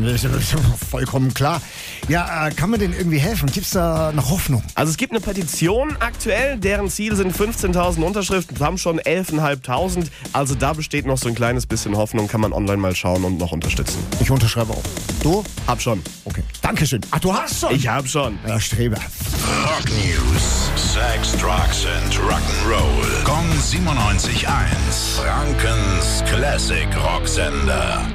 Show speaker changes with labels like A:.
A: Vollkommen klar. Ja, äh, kann man denn irgendwie helfen? Gibt es da noch Hoffnung?
B: Also es gibt eine Petition aktuell, deren Ziel sind 15.000 Unterschriften, wir haben schon 11.500. Also da besteht noch so ein kleines bisschen Hoffnung, kann man online mal schauen und noch unterstützen.
A: Ich unterschreibe auch. Du?
B: Hab schon.
A: Okay. Dankeschön. Ach, du hast schon.
B: Ich hab schon.
A: Ja, Streber.
C: Rock News. Sex, Drugs and Rock'n'Roll. Kong 97.1. Frankens Classic Rocksender.